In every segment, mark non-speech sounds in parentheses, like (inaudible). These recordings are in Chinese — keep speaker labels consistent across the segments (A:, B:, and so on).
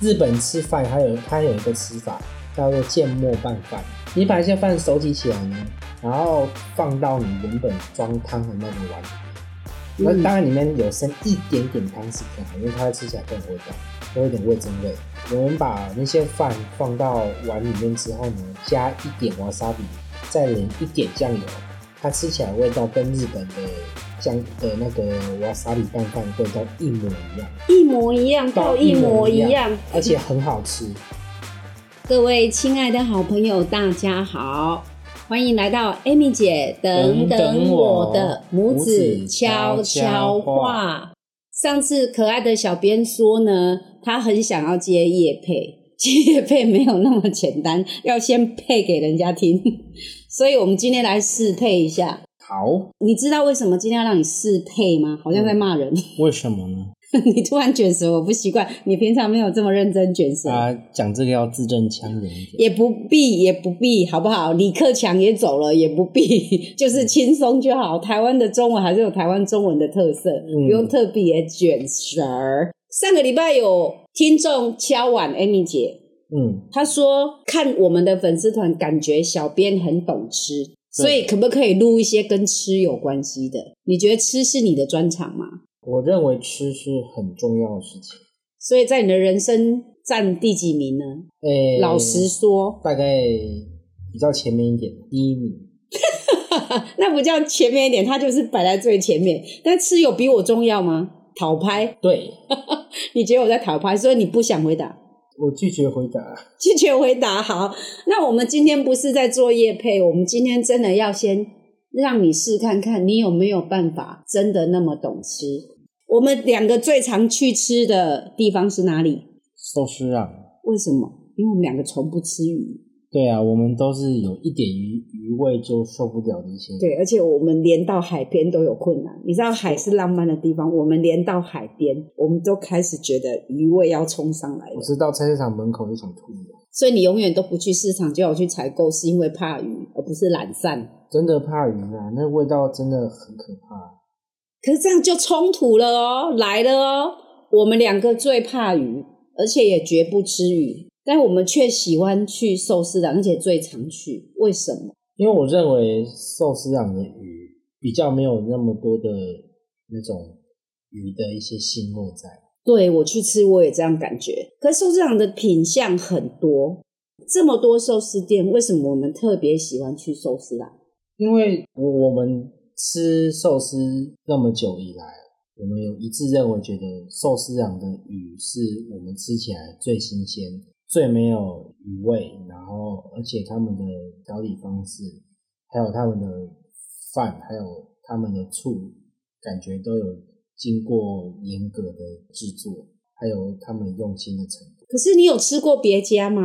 A: 日本吃饭它有它有一个吃法叫做芥末拌饭，你把一些饭手起起来呢，然后放到你原本装汤的那个碗里。那、
B: 嗯
A: 当然里面有剩一点点汤是更好，因为它会吃起来更有味道，会有点味增味。我们把那些饭放到碗里面之后呢，加一点 wasabi，再淋一点酱油，它吃起来的味道跟日本的酱的那个 wasabi 拌饭的味道一模一样，
B: 一模一样，都一模一样。
A: 而且很好吃。
B: 各位亲爱的好朋友，大家好，欢迎来到 Amy 姐等等我的拇指悄悄话。上次可爱的小编说呢，他很想要接夜配， (laughs) 接夜配没有那么简单，要先配给人家听， (laughs) 所以我们今天来试配一下。
A: 好，
B: 你知道为什么今天要让你试配吗？好像在骂人。 (laughs)
A: 为什么呢？
B: 你突然卷舌，我不习惯。你平常没有这么认真卷舌，
A: 啊，讲这个要字正腔圆一点。
B: 也不必，也不必，好不好？李克强也走了，也不必， (laughs) 就是轻松就好。台湾的中文还是有台湾中文的特色，
A: 嗯
B: 不用特别卷舌儿。上个礼拜有听众敲碗 Amy 姐，
A: 嗯，
B: 她说看我们的粉丝团，感觉小编很懂吃，所以可不可以录一些跟吃有关系的？你觉得吃是你的专长吗？
A: 我认为吃是很重要的事情。
B: 所以在你的人生占第几名呢？
A: 诶、
B: 老实说，
A: 大概比较前面一点，第一名。
B: 啊那不叫前面一点，它就是摆在最前面。但吃有比我重要吗？讨拍，
A: 对
B: 你觉得我在讨拍，所以你不想回答，
A: 我拒绝回答。
B: 拒绝回答。好，那我们今天不是在做业配，我们今天真的要先让你试看看，你有没有办法真的那么懂吃。我们两个最常去吃的地方是哪里？
A: 寿司啊，
B: 为什么？因为我们两个从不吃鱼，
A: 对啊，我们都是有一点余余味就受不了的一些人。
B: 对，而且我们连到海边都有困难。你知道海是浪漫的地方，我们连到海边，我们都开始觉得余味要冲上来
A: 我
B: 了。
A: 是到菜市场门口就想吐了，
B: 所以你永远都不去市场，就要去采购，是因为怕鱼，而不是懒散。
A: 真的怕鱼啊，那味道真的很可怕。
B: 可是这样就冲突了哦，来了哦。我们两个最怕鱼，而且也绝不吃鱼，但我们却喜欢去寿司郎，而且最常去。为什么？
A: 因为我认为寿司养的鱼比较没有那么多的那种鱼的一些腥味在。
B: 对我去吃，我也这样感觉。可是寿司郎的品相很多，这么多寿司店，为什么我们特别喜欢去寿司郎？
A: 因为我我们吃寿司那么久以来，我们有一致认为，觉得寿司郎的鱼是我们吃起来最新鲜、最没有余味，然后而且他们的调理方式，还有他们的饭，还有他们的醋，感觉都有经过严格的制作，还有他们用心的程度。
B: 可是你有吃过别家吗？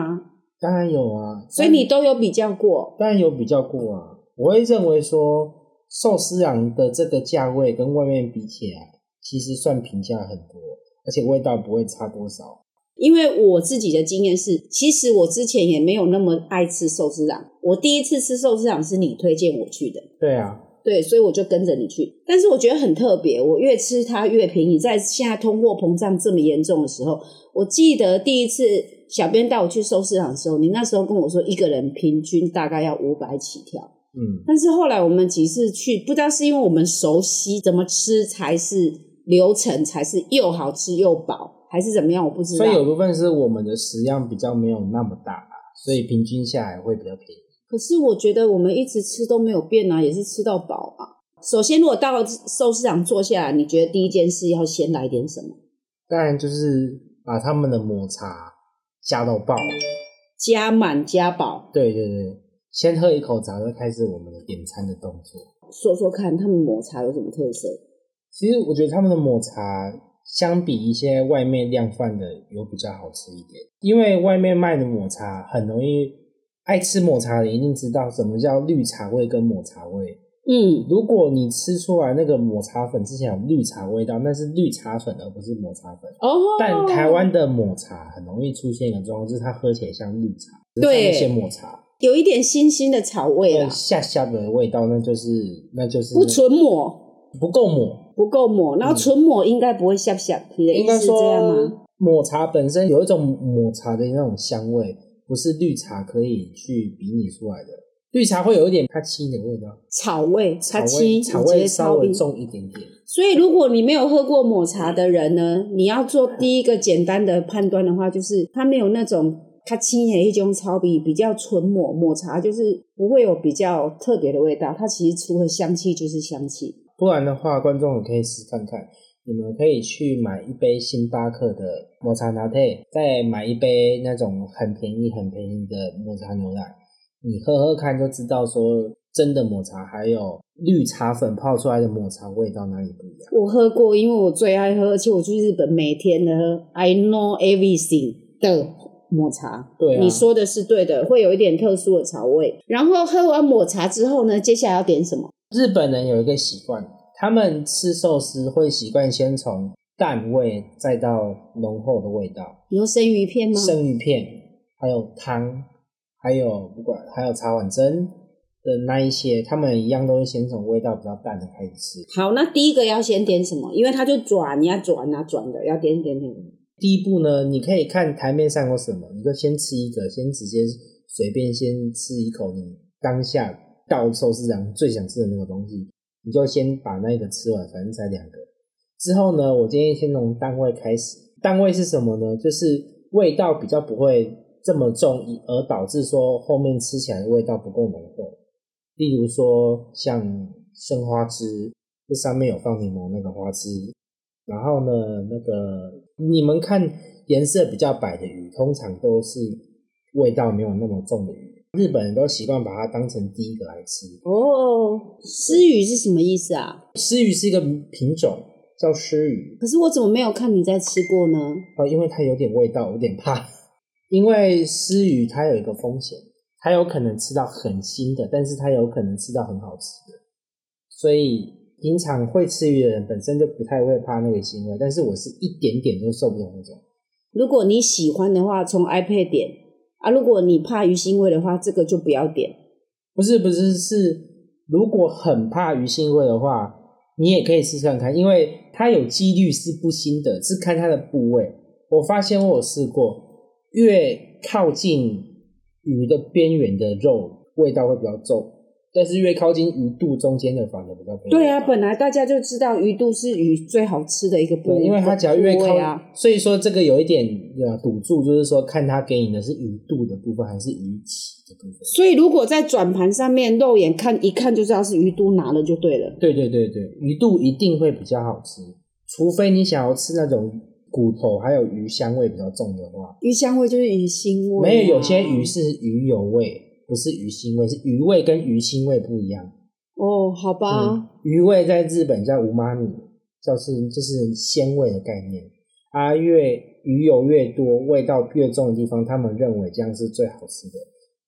A: 当然有啊，
B: 所以你都有比较过。
A: 当然有比较过啊，我会认为说寿司郎的这个价位跟外面比起来，其实算平价很多，而且味道不会差多少。
B: 因为我自己的经验是，其实我之前也没有那么爱吃寿司郎。我第一次吃寿司郎是你推荐我去的，
A: 对啊，
B: 对，所以我就跟着你去。但是我觉得很特别，我越吃它越便宜。在现在通货膨胀这么严重的时候，我记得第一次小编带我去寿司郎的时候，你那时候跟我说一个人平均大概要五百起跳。
A: 嗯，
B: 但是后来我们几次去，不知道是因为我们熟悉怎么吃才是流程，才是又好吃又饱，还是怎啊么样，我不知道。
A: 所以有部分是我们的食量比较没有那么大啊，所以平均下来会比较便宜。
B: 可是我觉得我们一直吃都没有变啊，也是吃到饱啊。首先，如果到寿司场坐下来，你觉得第一件事要先来点什么？
A: 当然就是把他们的抹茶加到爆，
B: 加满加饱，
A: 对对对，先喝一口茶，再开始我们的点餐的动作。
B: 说说看他们抹茶有什么特色？
A: 其实我觉得他们的抹茶相比一些外面量贩的有比较好吃一点，因为外面卖的抹茶很容易，爱吃抹茶的一定知道什么叫绿茶味跟抹茶味。
B: 嗯，
A: 如果你吃出来那个抹茶粉之前有绿茶味道，那是绿茶粉而不是抹茶粉。
B: 哦，
A: 但台湾的抹茶很容易出现一个状况，就是它喝起来像绿茶，
B: 对
A: 一些抹茶，
B: 有一点腥腥的草味啦，
A: 下下的味道，那就是那就是
B: 不纯抹
A: 不够抹，
B: 不够抹，然后纯抹应该不会下下，你的
A: 应
B: 意
A: 该
B: 思是这样
A: 说
B: 吗？，
A: 抹茶本身有一种抹茶的那种香味，不是绿茶可以去比拟出来的。绿茶会有一点它青的味道，
B: 草味，
A: 草
B: 它
A: 味
B: 七
A: 草味稍微
B: 比
A: 重一点点。
B: 所以，如果你没有喝过抹茶的人呢，你要做第一个简单的判断的话，就是它没有那种它轻的一种草比比较纯抹抹茶，就是不会有比较特别的味道。它其实除了香气就是香气。
A: 不然的话，观众也可以试看看，你们可以去买一杯星巴克的抹茶拿铁，再买一杯那种很便宜很便宜的抹茶牛奶，你喝喝看就知道说真的抹茶还有绿茶粉泡出来的抹茶味道哪里不一样。
B: 我喝过，因为我最爱喝，而且我去日本每天的喝 I know everything 的抹茶。
A: 对啊
B: 你说的是对的，会有一点特殊的草味。然后喝完抹茶之后呢，接下来要点什么？
A: 日本人有一个习惯，他们吃寿司会习惯先从淡味再到浓厚的味道。
B: 你说生鱼片吗？
A: 生鱼片，还有汤，还有不管还有茶碗蒸的那一些，他们一样都是先从味道比较淡的开始吃。
B: 好，那第一个要先点什么？因为它就转呀转呀转的，要点点点。
A: 第一步呢，你可以看台面上有什么，你就先吃一个，先直接随便先吃一口你当下到寿司郎最想吃的那个东西，你就先把那个吃完，反正才两个。之后呢，我建议先从单位开始。单位是什么呢？就是味道比较不会这么重，以而导致说后面吃起来的味道不够浓厚。例如说像生花枝，这上面有放柠檬那个花枝，然后呢，那个你们看颜色比较白的鱼，通常都是味道没有那么重的鱼。日本人都习惯把它当成第一个来吃。
B: 哦，私语是什么意思啊？
A: 狮鱼是一个品种，叫狮鱼。
B: 可是我怎么没有看你在吃过呢？
A: 哦，因为它有点味道，我有点怕。因为吃鱼它有一个风险，它有可能吃到很腥的，但是它有可能吃到很好吃的。所以平常会吃鱼的人本身就不太会怕那个腥味，但是我是一点点都受不了那种。
B: 如果你喜欢的话，从 iPad 点啊；如果你怕鱼腥味的话，这个就不要点。
A: 不是不是是，如果很怕鱼腥味的话，你也可以试试看看，因为它有几率是不腥的，是看它的部位。我发现我有试过，越靠近鱼的边缘的肉味道会比较重，但是越靠近鱼肚中间的反而比较不会
B: 对啊，
A: 味道
B: 本来大家就知道鱼肚是鱼最好吃的一个部
A: 对，因为它只要越
B: 部
A: 靠，
B: 位啊，
A: 所以说这个有一点呃赌注，就是说看它给你的是鱼肚的部分还是鱼鳍的部分。
B: 所以如果在转盘上面肉眼看一看就知道是鱼肚拿了就对了。
A: 对对对对，鱼肚一定会比较好吃，除非你想要吃那种骨头还有鱼香味比较重的话。
B: 鱼香味就是鱼腥味、啊
A: 没有，有些鱼。是鱼油味，不是鱼腥味，是鱼味跟鱼腥味不一样。
B: 哦，好吧。
A: 嗯，鱼味在日本叫无妈米，就是就是鲜味的概念。啊，越鱼油越多，味道越重的地方，他们认为这样是最好吃的。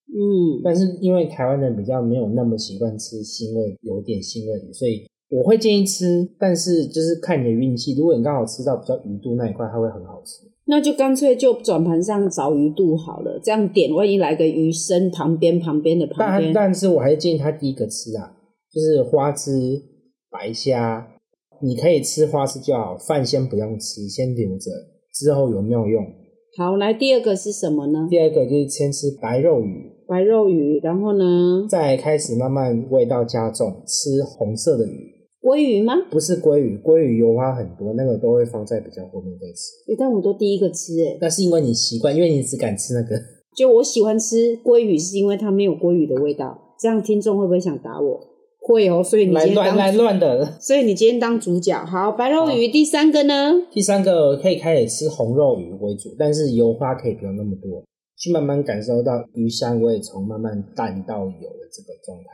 B: 嗯，
A: 但是因为台湾人比较没有那么习惯吃腥味，有点腥味的，所以我会建议吃，但是就是看你的运气。如果你刚好吃到比较鱼肚那一块，它会很好吃。
B: 那就干脆就转盘上找鱼肚好了，这样点万一来个鱼身旁边旁边的旁
A: 但
B: 边，
A: 但是我还是建议他第一个吃啊，就是花枝、白虾，你可以吃花枝就好，饭先不用吃，先留着，之后有没有用？
B: 好来第二个是什么呢？
A: 第二个就是先吃白肉鱼，
B: 白肉鱼，然后呢，
A: 再开始慢慢味道加重，吃红色的鱼。
B: 鲑鱼吗？
A: 不是鲑鱼，鲑鱼油花很多，那个都会放在比较后面再吃。
B: 诶但我都第一个吃诶，
A: 那是因为你习惯，因为你只敢吃那个。
B: 就我喜欢吃鲑鱼，是因为它没有鲑鱼的味道。这样听众会不会想打我？会哦，所以你
A: 来
B: 今天
A: 乱来
B: 当，
A: 乱的。
B: 所以你今天当主角。好，白肉鱼第三个呢？
A: 第三个可以开始吃红肉鱼为主，但是油花可以不用那么多，去慢慢感受到鱼香味从慢慢淡到油的这个状态。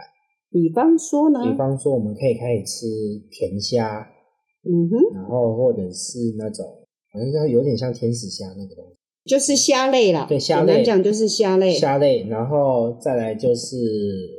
B: 比方说呢？
A: 比方说，我们可以开始吃甜虾，
B: 嗯哼，
A: 然后或者是那种好像有点像天使虾那个东西，
B: 就是虾类啦。
A: 对虾
B: 简
A: 类
B: 单讲就是虾类。
A: 虾类，然后再来就是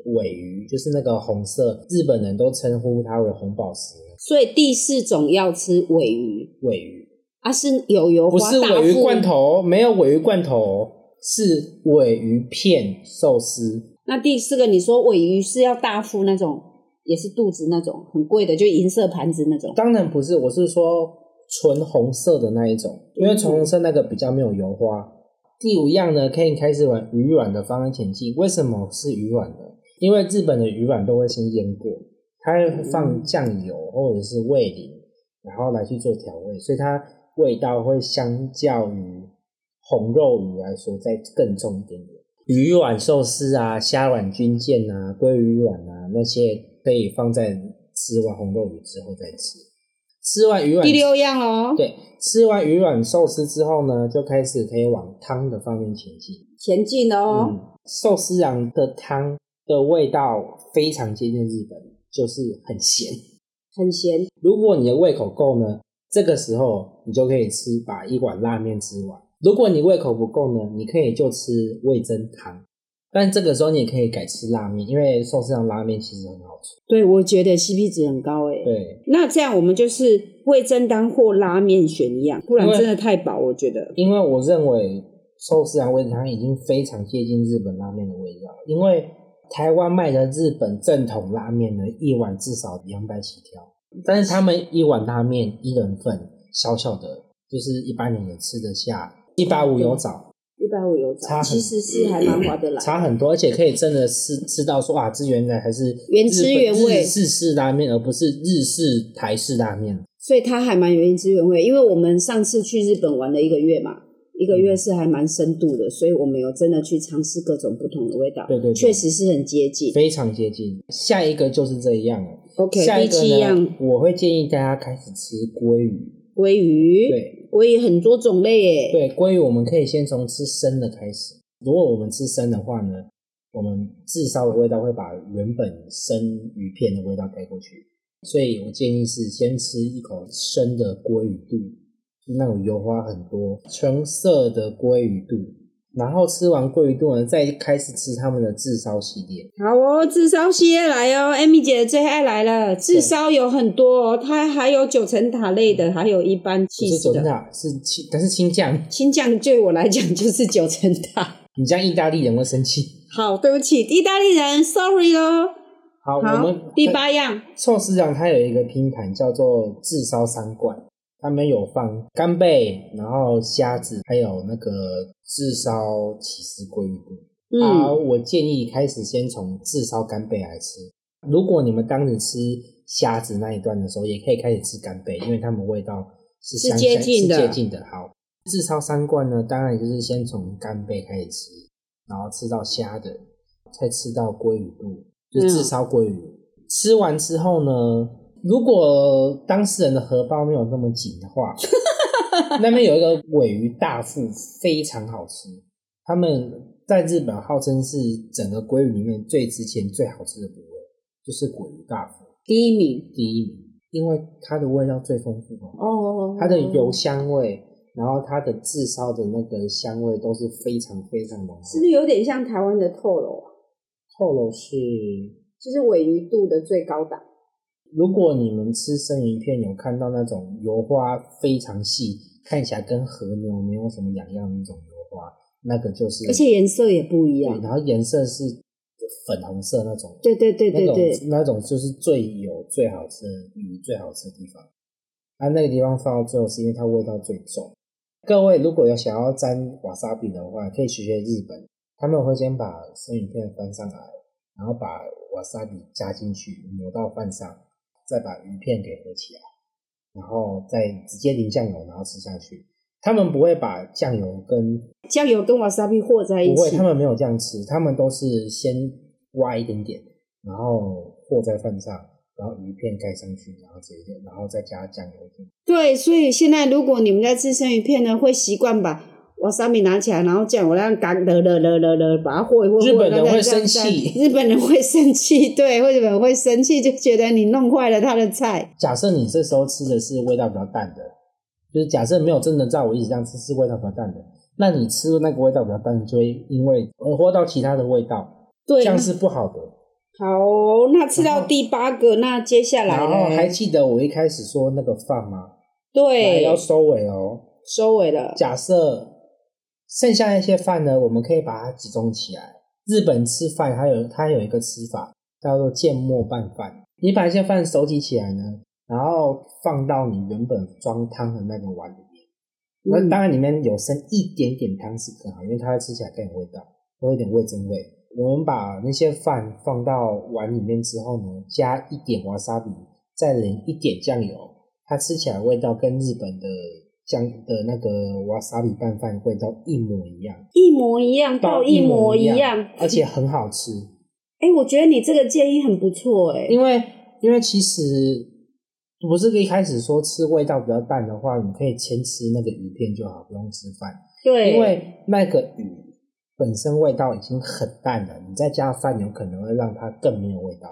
A: 尾鱼，就是那个红色，日本人都称呼它为红宝石
B: 所以第四种要吃尾鱼
A: 尾鱼。
B: 啊，是有油
A: 不
B: 花
A: 是
B: 大腹
A: 尾鱼罐。头，没有尾鱼罐头，是尾鱼片寿司。
B: 那第四个你说尾鱼是要大腹那种，也是肚子那种很贵的，就银色盘子那种。
A: 当然不是，我是说纯红色的那一种，因为纯红色那个比较没有油花。第五样呢，可以开始玩鱼卵的方案前进。为什么是鱼卵呢？因为日本的鱼卵都会先腌过，它会放酱油或者是味淋，然后来去做调味，所以它味道会相较于红肉鱼来说再更重一点点。鱼卵寿司啊、虾卵军舰啊、鲑鱼卵啊那些可以放在吃完红肉鱼之后再吃。吃完鱼卵
B: 第六样哦，
A: 对，吃完鱼卵寿司之后呢，就开始可以往汤的方面前进。
B: 前进哦，
A: 嗯，寿司郎的汤的味道非常接近日本，就是很咸。
B: 很咸，
A: 如果你的胃口够呢，这个时候你就可以吃把一碗拉面吃完。如果你胃口不够呢，你可以就吃味增汤，但这个时候你也可以改吃拉面，因为寿司郎拉面其实很好吃。
B: 对我觉得 CP 值很高哎。
A: 对，
B: 那这样我们就是味噌汤或拉面选一样，不然
A: 因为
B: 真的太饱，我觉得。
A: 因为我认为寿司郎味噌汤已经非常接近日本拉面的味道，因为台湾卖的日本正统拉面呢，一碗至少两百起跳，但是他们一碗拉面一人份，小小的，就是一般人也吃得下，一百五有找。
B: 一般我有
A: 差很
B: 找，
A: 嗯
B: 其实是还蛮划得来。
A: 差很多，而且可以真的是知道说啊，这原来还是
B: 原汁原味
A: 日式式拉面，而不是日式台式拉面。
B: 所以它还蛮原汁原味。因为我们上次去日本玩了一个月嘛，一个
A: 嗯
B: 月是还蛮深度的，所以我们有真的去尝试各种不同的味道，
A: 对对对
B: 确实是很接近。
A: 非常接近。下一个就是这样了。
B: OK，
A: 下一
B: 第
A: 个
B: 七
A: 呢
B: 样，
A: 我会建议大家开始吃鲑鱼。
B: 鲑鱼，
A: 对
B: 鲑鱼很多种类耶，
A: 对，鲑鱼我们可以先从吃生的开始。如果我们吃生的话呢，我们炙烧的味道会把原本生鱼片的味道盖过去，所以我建议是先吃一口生的鲑鱼肚，就那种油花很多橙色的鲑鱼肚，然后吃完鲑鱼肚呢，再开始吃他们的炙烧系列。
B: 好哦，炙烧系列来哦，Amy 姐的最爱来了。炙烧有很多哦，它还有九层塔类的，还有一般
A: 不
B: 气
A: 是
B: 式
A: 九层
B: 的。
A: 塔，是青，但是青酱，
B: 青酱对我来讲就是九层塔。
A: 你这样意大利人会生气。
B: 好，对不起，意大利人，sorry 咯。
A: 好，我
B: 好
A: 们，
B: 第八样，
A: 寿司郎它有一个拼盘叫做炙烧三罐，他们有放干贝，然后虾子，还有那个炙烧起司鲑鱼肚。啊，
B: 嗯，
A: 我建议开始先从炙烧干贝来吃。如果你们当时吃虾子那一段的时候，也可以开始吃干贝，因为它们味道是
B: 是
A: 相
B: 接
A: 相
B: 近的
A: 是接近的。好，炙烧三罐呢，当然就是先从干贝开始吃，然后吃到虾的，再吃到鲑鱼肚，
B: 嗯
A: 就炙烧鲑鱼。吃完之后呢，如果当事人的荷包没有那么紧的
B: (laughs)
A: 话，那边有一个尾鱼大腹，非常好吃。他们在日本号称是整个鲑鱼里面最值钱、最好吃的部位，就是鲑鱼大腹
B: 第一名。
A: 第一名，因为它的味道最丰富嘛，
B: 哦，
A: 它的油香味，然后它的炙烧的那个香味都是非常非常浓
B: 是不
A: 厚。
B: 是有点像台湾的透楼啊？
A: 后楼是，
B: 就是尾鱼肚的最高档。
A: 如果你们吃生鱼片有看到那种油花非常细，看起来跟和牛没有什么两样的那种油花，那个就是，
B: 而且颜色也不一
A: 对，
B: 样。
A: 然后颜色是粉红色那种。
B: 对对对
A: 那
B: 对
A: 种
B: 对，
A: 那种就是最有最好吃的鱼最好吃的地方。啊，那个地方放到最后是因为它味道最重。各位如果有想要沾瓦萨比的话，可以学学日本，他们会先把生鱼片翻上来，然后把瓦萨比加进去，抹到饭上，再把鱼片给合起来，然后再直接淋酱油，然后吃下去。他们不会把酱油跟
B: 酱油跟 wasabi 和在一
A: 不会，
B: 起
A: 他。们没有这样吃，他们都是先挖一点点，然后和在饭上，然后鱼片盖上去，然后直接，然后再加酱油进去。
B: 对，所以现在如果你们在吃生鱼片呢，会习惯把 wasabi 拿起来，然后酱油让嘎了了了了了，把它和一和。
A: 日本人
B: 和一和
A: 会生
B: 这样这样
A: 气
B: 日本人会生气，对，日本人会生气，就觉得你弄坏了他的菜。
A: 假设你这时候吃的是味道比较淡的，就是假设没有真的照我一直这样吃，是味道比较淡的，那你吃那个味道比较淡，就会因为而喝到其他的味道，
B: 对，
A: 这样是不好的。
B: 好哦、那吃
A: 然
B: 到
A: 后
B: 第八个，那接下来
A: 然后还
B: 呢？
A: 记得我一开始说那个饭吗？来
B: 对，
A: 要收尾哦。
B: 收尾了。
A: 假设剩下那些饭呢，我们可以把它集中起来。日本吃饭，它有它有一个吃法叫做芥末拌饭。你把一些饭收集起来呢，然后放到你原本装汤的那个碗里面。
B: 嗯
A: 那、当然里面有剩一点点汤是更好，因为它会吃起来更有味道，会有点味增味。我们把那些饭放到碗里面之后呢，加一点瓦萨比，再淋一点酱油，它吃起来味道跟日本的酱的那个瓦萨比拌饭味道一模一样，
B: 一模一样到哦一模一样。
A: 而且很好吃。
B: 哎、我觉得你这个建议很不错、诶。哎，
A: 因为因为其实不是一开始说吃味道比较淡的话，你可以先吃那个鱼片就好，不用吃饭。
B: 对，
A: 因为那个鱼本身味道已经很淡了，你再加饭有可能会让它更没有味道，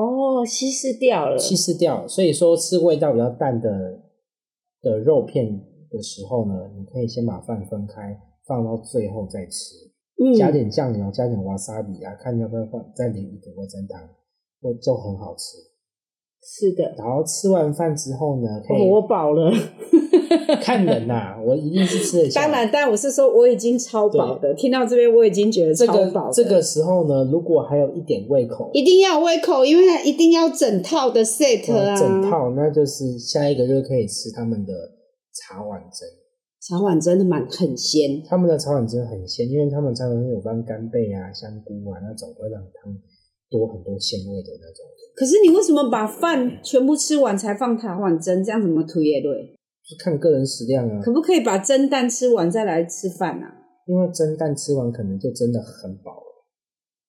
B: 哦，稀释掉了，
A: 稀释掉了。所以说吃味道比较淡的的肉片的时候呢，你可以先把饭分开，放到最后再吃，
B: 嗯
A: 加点酱油，加点瓦萨比啊，看要不要放再淋一点味增汤，会就很好吃。
B: 是的，
A: 然后吃完饭之后
B: (laughs)
A: 呢，可
B: 哦
A: 以
B: 我饱了。
A: 看人呐、我一定是吃得下。
B: 当然，但我是说我已经超饱的，听到这边我已经觉得
A: 这
B: 超
A: 个
B: 饱的
A: 这个时候呢，如果还有一点胃口，
B: 一定要有胃口，因为它一定要整套的 set 啊，
A: 哦整套，那就是下一个就可以吃他们的茶碗蒸。
B: 茶碗真的蛮很鲜，
A: 他们的茶碗蒸很鲜，因为他们茶碗蒸有放干贝啊、香菇啊那种，会让汤多很多鲜味的那种。
B: 可是你为什么把饭全部吃完才放茶碗蒸？这样怎么推也对？
A: 就看个人食量啊，
B: 可不可以把蒸蛋吃完再来吃饭啊？
A: 因为蒸蛋吃完可能就真的很饱了。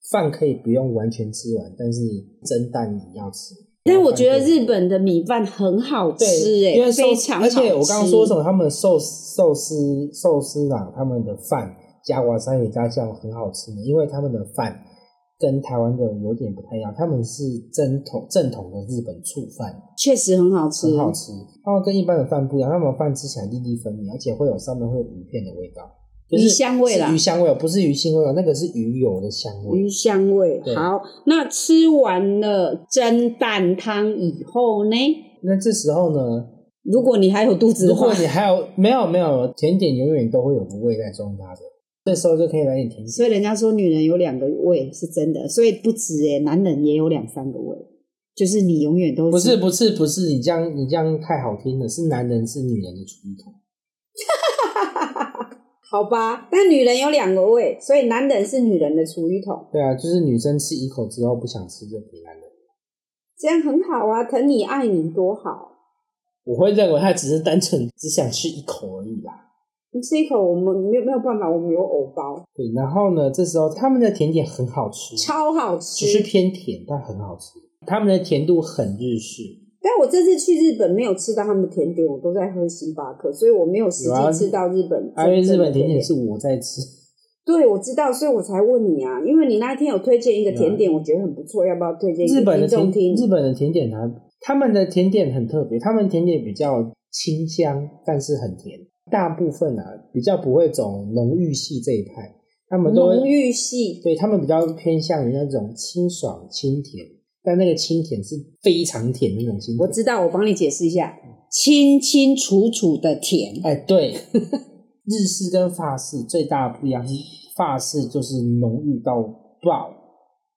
A: 饭可以不用完全吃完，但是蒸蛋你要吃。
B: 但我觉得
A: 饭可以
B: 日本的米饭很好吃
A: 对，
B: 诶、
A: 因为寿
B: 欸非
A: 司
B: 常好
A: 而
B: 吃。
A: 且我刚刚说什么，他们寿司寿司寿司啊，他们的饭加瓦萨比加酱很好吃呢，因为他们的饭跟台湾的有点不太一样，他们是正统正统的日本醋饭，
B: 确实很好吃，
A: 很好吃。然后跟一般的饭不一样，他们的饭吃起来粒粒分明，而且会有上面会有鱼片的味道，就是
B: 鱼香味啦
A: 是鱼香味，哦不是鱼腥味，那个是鱼油的香味
B: 鱼。香味。
A: 对
B: 好，那吃完了蒸蛋汤以后呢？
A: 那这时候呢，
B: 如果你还有肚子
A: 如
B: 的话
A: 果，你还有没有没有甜点，永远都会有个味在装它的，这时候就可以来点甜点。
B: 所以人家说女人有两个胃是真的，所以不止诶、男人也有两三个胃，就是你永远都
A: 不是不是不是，你这样你这样太好听了，是男人是女人的出头。
B: 好吧？但女人有两个胃，所以男人是女人的厨余桶，
A: 对啊，就是女生吃一口之后不想吃就给男人。
B: 这样很好啊，疼你爱你多好。
A: 我会认为他只是单纯只想吃一口而已啦。
B: 你吃一口，我们没有没有办法，我们有藕包，
A: 对，然后呢，这时候他们的甜点很好吃，
B: 超好
A: 只是
B: 吃。
A: 偏甜，但很好吃。他们的甜度很日式，
B: 但我这次去日本没有吃到他们的甜点，我都在喝星巴克，所以我没有实
A: 有啊
B: 际吃到日本。
A: 啊，因为日本甜
B: 真正的
A: 点是我在吃。
B: 对，我知道，所以我才问你啊，因为你那一天有推荐一个甜点，我觉得很不错，要不要推荐
A: 嗯
B: 给
A: 日本的
B: 听众
A: 甜
B: 听？
A: 日本的甜点呢，他们的甜点很特别，他们甜点比较清香，但是很甜。大部分啊比较不会走浓郁系这一派，他们都
B: 浓
A: 会
B: 郁系，
A: 对他们比较偏向于那种清爽清甜，但那个清甜是非常甜的那种清
B: 我
A: 甜。
B: 知道，我帮你解释一下，清清楚楚的甜，
A: 哎，对，日式跟法式最大的不一样是法式就是浓郁到爆，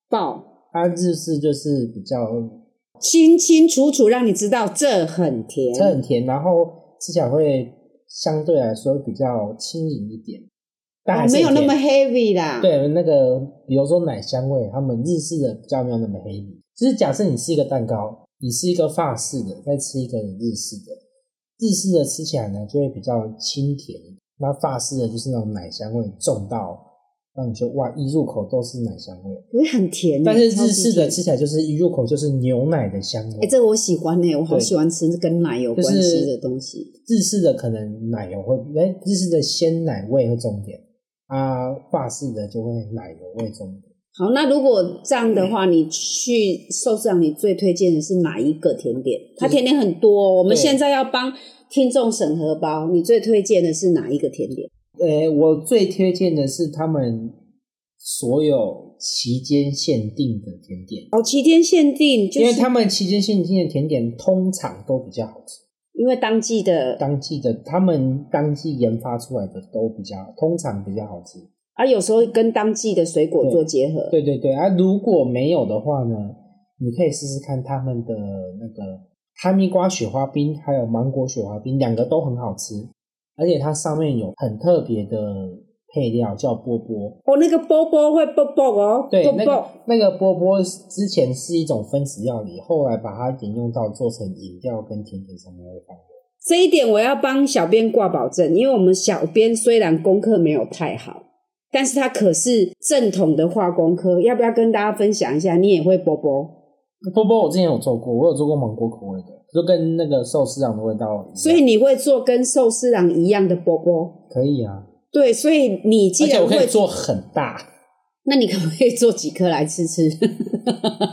B: 爆，
A: 它日式就是比较
B: 清清楚楚让你知道这很甜，
A: 这很甜，然后吃起来会相对来说比较轻盈一点，但还
B: 哦
A: 是、
B: 没有那么。heavy 啦。，
A: 对，那个比如说奶香味，他们日式的比较没有那么黑。就是假设你吃一个蛋糕，你吃一个法式的，再吃一个日式的，日式的吃起来呢就会比较清甜，那法式的就是那种奶香味重到让你觉得哇，一入口都是奶香味。
B: 可是很甜耶，欸
A: 但是
B: 超
A: 日
B: 级
A: 式的
B: 甜，
A: 吃起来就是一入口就是牛奶的香味。
B: 哎，这我喜欢呢，我好
A: 对
B: 喜欢吃跟奶有
A: 就
B: 关系
A: 是
B: 的东西。
A: 日式的可能奶油会，哎，日式的鲜奶味会重点，啊，法式的就会奶油味重点。
B: 好，那如果这样
A: 嗯
B: 的话，你去寿司郎，你最推荐的是哪一个甜点？它甜点很多、哦，我
A: 对
B: 们现在要帮听众审核包，你最推荐的是哪一个甜点？
A: 呃，我最推荐的是他们所有期间限定的甜点，
B: 哦，期间限定，就是
A: 因为他们期间限定的甜点通常都比较好吃，
B: 因为当季的
A: 当季的他们当季研发出来的都比较，通常比较好吃。
B: 啊，有时候跟当季的水果
A: 对
B: 做结合，
A: 对对对，啊，如果没有的话呢，你可以试试看他们的那个哈密瓜雪花冰还有芒果雪花冰，两个都很好吃，而且它上面有很特别的配料，叫波波。
B: 哦，那个波波会啵啵哦，
A: 对，
B: 啵
A: 那
B: 啵
A: 个那个波波之前是一种分子料理，后来把它沿用到做成饮料跟甜点上面会放的。
B: 这一点我要帮小编挂保证，因为我们小编虽然功课没有太好，但是他可是正统的化工科，要不要跟大家分享一下？你也会波波，
A: 波波我之前有做过，我有做过芒果口味的，就跟那个寿司郎的味道一样。
B: 所以你会做跟寿司郎一样的波波。
A: 可以啊，
B: 对，所以你既
A: 而且
B: 然
A: 我可
B: 会
A: 以，做很大。
B: (laughs) 那你可不可以做几颗
A: (laughs)
B: 来吃吃？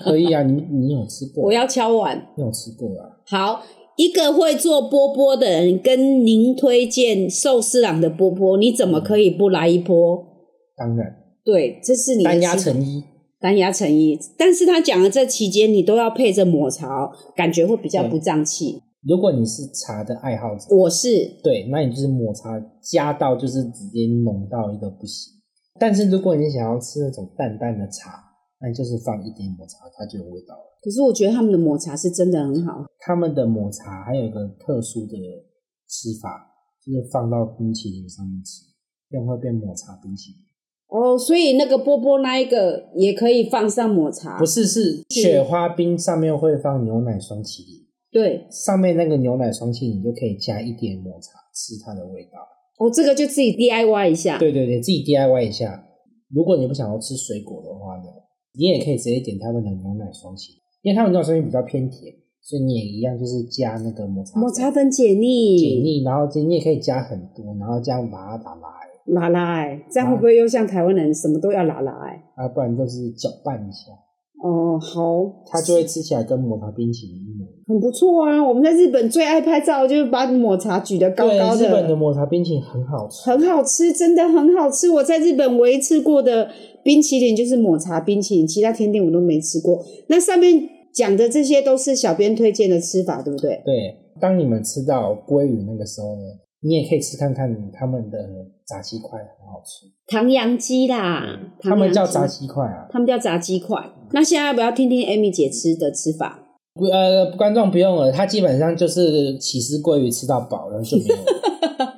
A: 可以啊，你你有吃过？
B: 我要敲碗。
A: 你有吃过啊？
B: 好，一个会做波波的人跟您推荐寿司郎的波波，你怎么可以不来一波？
A: 当然，
B: 对，这是你的
A: 单压
B: 基本
A: 成一。
B: 单牙成一，但是他讲的这期间，你都要配着抹茶，哦感觉会比较不胀气。
A: 如果你是茶的爱好者，
B: 我是
A: 对，那你就是抹茶加到就是直接浓到一个不行。但是如果你想要吃那种淡淡的茶，那你就是放一点抹茶，它就有味道了。
B: 可是我觉得他们的抹茶是真的很好，
A: 他们的抹茶还有一个特殊的吃法，就是放到冰淇淋上面吃，这样会变抹茶冰淇淋。
B: 哦，所以那个波波那一个也可以放上抹茶，
A: 不是，是雪花冰上面会放牛奶霜淇淋，
B: 对，
A: 上面那个牛奶霜淇淋你就可以加一点抹茶，吃它的味道。
B: 我、哦、这个就自己 DIY 一下，
A: 对对对，自己 DIY 一下。如果你不想要吃水果的话呢，你也可以直接点他们的牛奶双淇淋，因为他们牛奶双淇淋比较偏甜，所以你也一样就是加那个抹茶
B: 抹茶粉解腻，
A: 解腻，然后你也可以加很多，然后这样把它打拉欸
B: 拉拉哎，这样会不会又像台湾人什么都要拉拉哎？
A: 啊，不然就是搅拌一下，
B: 哦，好，
A: 它就会吃起来跟抹茶冰淇淋一模一样。
B: 很不错啊。我们在日本最爱拍照，就是把抹茶举得高高
A: 对，日本的抹茶冰淇淋很好吃，
B: 很好吃，真的很好吃。我在日本唯一吃过的冰淇淋就是抹茶冰淇淋，其他甜点我都没吃过。那上面讲的这些都是小编推荐的吃法，对不对？
A: 对，当你们吃到鲑鱼那个时候呢，你也可以吃看看他们的炸鸡块，很好吃。
B: 唐扬鸡啦，
A: 嗯他们叫炸
B: 唐扬鸡，
A: 鸡块啊，
B: 他们叫炸鸡块。那现在要不要听听 Amy 姐吃的吃法？
A: 不呃，观众不用了，他基本上就是起司鲑鱼吃到饱，然后就没有
B: (laughs)
A: 了。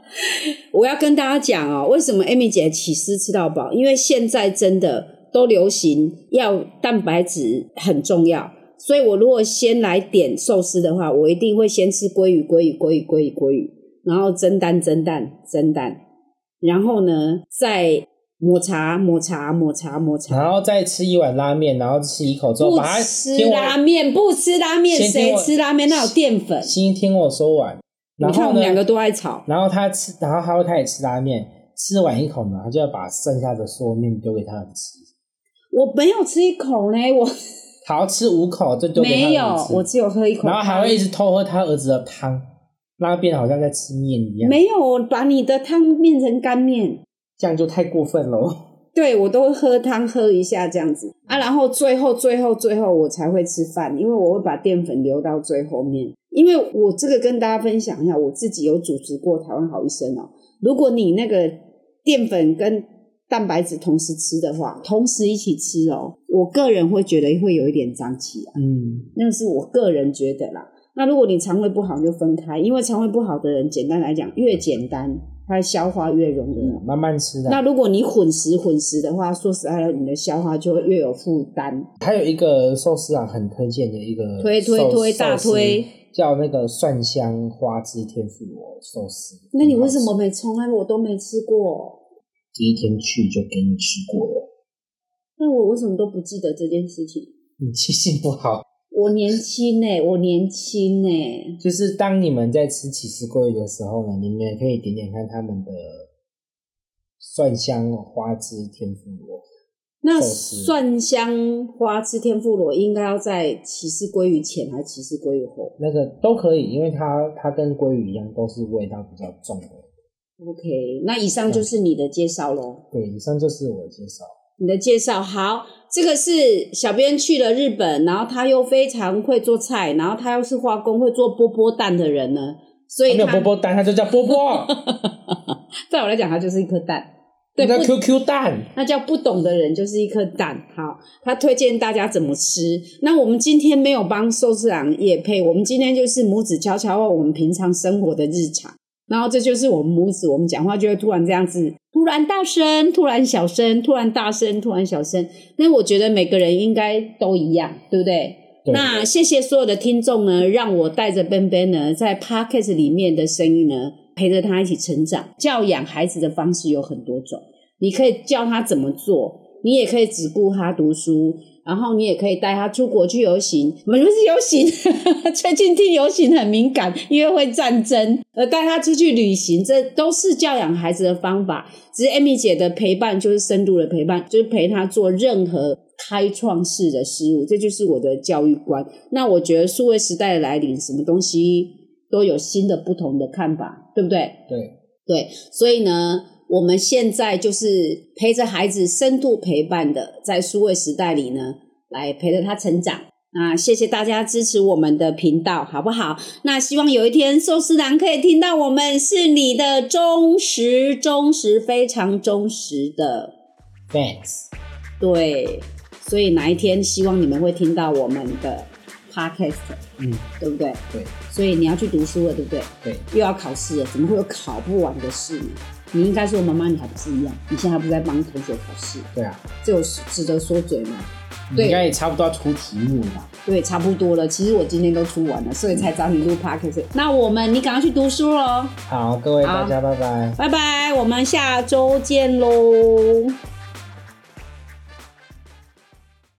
B: 我要跟大家讲哦，为什么 Amy 姐起司吃到饱？因为现在真的都流行要蛋白质很重要，所以我如果先来点寿司的话，我一定会先吃鲑鱼、鲑鱼、鲑鱼、鲑鱼、鲑鱼，然后蒸蛋、蒸蛋、蒸蛋，然后呢再抹茶、抹茶、抹茶、抹茶。
A: 然后再吃一碗拉面，然后吃一口之后，
B: 不
A: 把它
B: 吃
A: 听
B: 拉
A: 我
B: 面，不吃拉面，
A: 先听
B: 谁
A: 我
B: 吃拉面？那有淀粉。
A: 先听我说完。
B: 你
A: 然
B: 看我
A: 后
B: 们
A: 呢，
B: 两个都爱吵，
A: 然后他吃，然后他会开始吃拉面，吃完一口呢，他就要把剩下的所有面丢给他人吃。
B: 我没有吃一口呢，我
A: 他要吃五口就丢给他
B: 没
A: 人
B: 有，我
A: 吃，
B: 只有喝一口汤，
A: 然后还会一直偷喝他儿子的汤，让他变得好像在吃面一样，
B: 没有把你的汤变成干面，
A: 这样就太过分了。
B: 对我都喝汤喝一下这样子啊，然后最后最后最后我才会吃饭，因为我会把淀粉留到最后面。因为我这个跟大家分享一下，我自己有主持过台湾好医生哦。如果你那个淀粉跟蛋白质同时吃的话，同时一起吃哦，我个人会觉得会有一点胀气啊。
A: 嗯，
B: 那是我个人觉得啦。那如果你肠胃不好就分开，因为肠胃不好的人，简单来讲，越简单，它消化越容易。
A: 嗯慢慢吃的。
B: 那如果你混食混食的话，说实在的，你的消化就会越有负担。
A: 还有一个寿司啊，很推荐的一个
B: 推推
A: 寿
B: 推大，推
A: 寿司叫那个蒜香花枝天妇罗寿司。
B: 那你为
A: 很好吃
B: 什么没从来我都没吃过？
A: 第一天去就给你吃过了？ (laughs)
B: 那我为什么都不记得这件事情？
A: 你记性不好，
B: 我年轻呢、我年轻欸呢、
A: 就是当你们在吃起司鲑鱼的时候呢，你们也可以点点看他们的蒜香花枝天妇罗。
B: 那
A: 寿司
B: 蒜香花枝天妇罗应该要在起司鲑鱼前还是起司鲑鱼后？
A: 那个都可以，因为它它跟鲑鱼一样，都是味道比较重的。
B: OK，那以上就是你的介绍喽。
A: 对，以上就是我的介绍。
B: 你的介绍好，这个是小编去了日本，然后他又非常会做菜，然后他又是化工会做波波蛋的人呢，所
A: 它
B: 以
A: 啊没有
B: 他 (laughs)
A: 波波蛋，它就叫波波。
B: 在我来讲，他就是一颗蛋。对
A: 那
B: 不
A: QQ 蛋
B: 那叫不懂的人就是一颗蛋。好，他推荐大家怎么吃。那我们今天没有帮寿司郎也配，我们今天就是母子悄悄话，我们平常生活的日常。然后这就是我们母子，我们讲话就会突然这样子，突然大声，突然小声，突然大声，突然小声。那我觉得每个人应该都一样，对不对？
A: 对
B: 那谢谢所有的听众呢，让我带着奔奔呢，在 podcast 里面的声音呢，陪着他一起成长。教养孩子的方式有很多种，你可以教他怎么做，你也可以只顾他读书，然后你也可以带他出国去游行。我们不是游行， (laughs) 最近听游行很敏感，因为会战争。呃，带他出去旅行，这都是教养孩子的方法。只是 Amy 姐的陪伴就是深度的陪伴，就是陪他做任何开创式的事物，这就是我的教育观。那我觉得数位时代的来临，什么东西都有新的不同的看法，对不对？
A: 对，
B: 对，所以呢，我们现在就是陪着孩子深度陪伴的，在数位时代里呢，来陪着他成长。啊，谢谢大家支持我们的频道，好不好？那希望有一天寿司郎可以听到我们是你的忠实、忠实、非常忠实的
A: thanks，
B: 对，所以哪一天希望你们会听到我们的 podcast，
A: 嗯，
B: 对不对？
A: 对
B: 所以你要去读书了，对不对？
A: 对，
B: 又要考试了，怎么会有考不完的事呢？你应该说妈妈，你还不是一样？你现在还不是在帮同学考试，
A: 对啊，
B: 这有值得说嘴吗？
A: 你
B: 对
A: 应该也差不多要出题目了吧？
B: 对，差不多了。其实我今天都出完了，所以才找你录 podcast。那我们，你赶快去读书喽，
A: 好，各位
B: 好
A: 大家拜拜。
B: 拜拜，我们下周见喽。